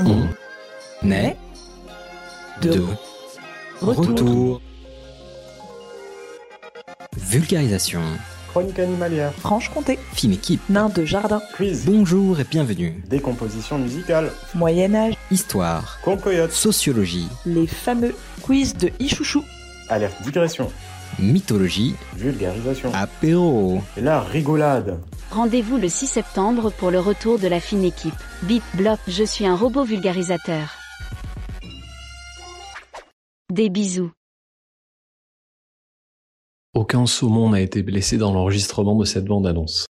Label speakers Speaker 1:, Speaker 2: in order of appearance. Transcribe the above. Speaker 1: On
Speaker 2: n'est
Speaker 1: de
Speaker 2: de retour. Vulgarisation,
Speaker 3: Chronique animalière,
Speaker 1: Franche-Comté,
Speaker 2: film équipe,
Speaker 1: nain de jardin,
Speaker 3: quiz,
Speaker 2: bonjour et bienvenue,
Speaker 3: décomposition musicale,
Speaker 1: Moyen-Âge,
Speaker 2: histoire,
Speaker 3: concoyote,
Speaker 2: sociologie,
Speaker 1: les fameux quiz de Ichouchou,
Speaker 3: alerte digression,
Speaker 2: mythologie,
Speaker 3: vulgarisation,
Speaker 2: apéro.
Speaker 3: la rigolade,
Speaker 4: Rendez-vous le 6 septembre pour le retour de la fine équipe. Bip, blop, je suis un robot vulgarisateur. Des bisous.
Speaker 5: Aucun saumon n'a été blessé dans l'enregistrement de cette bande-annonce.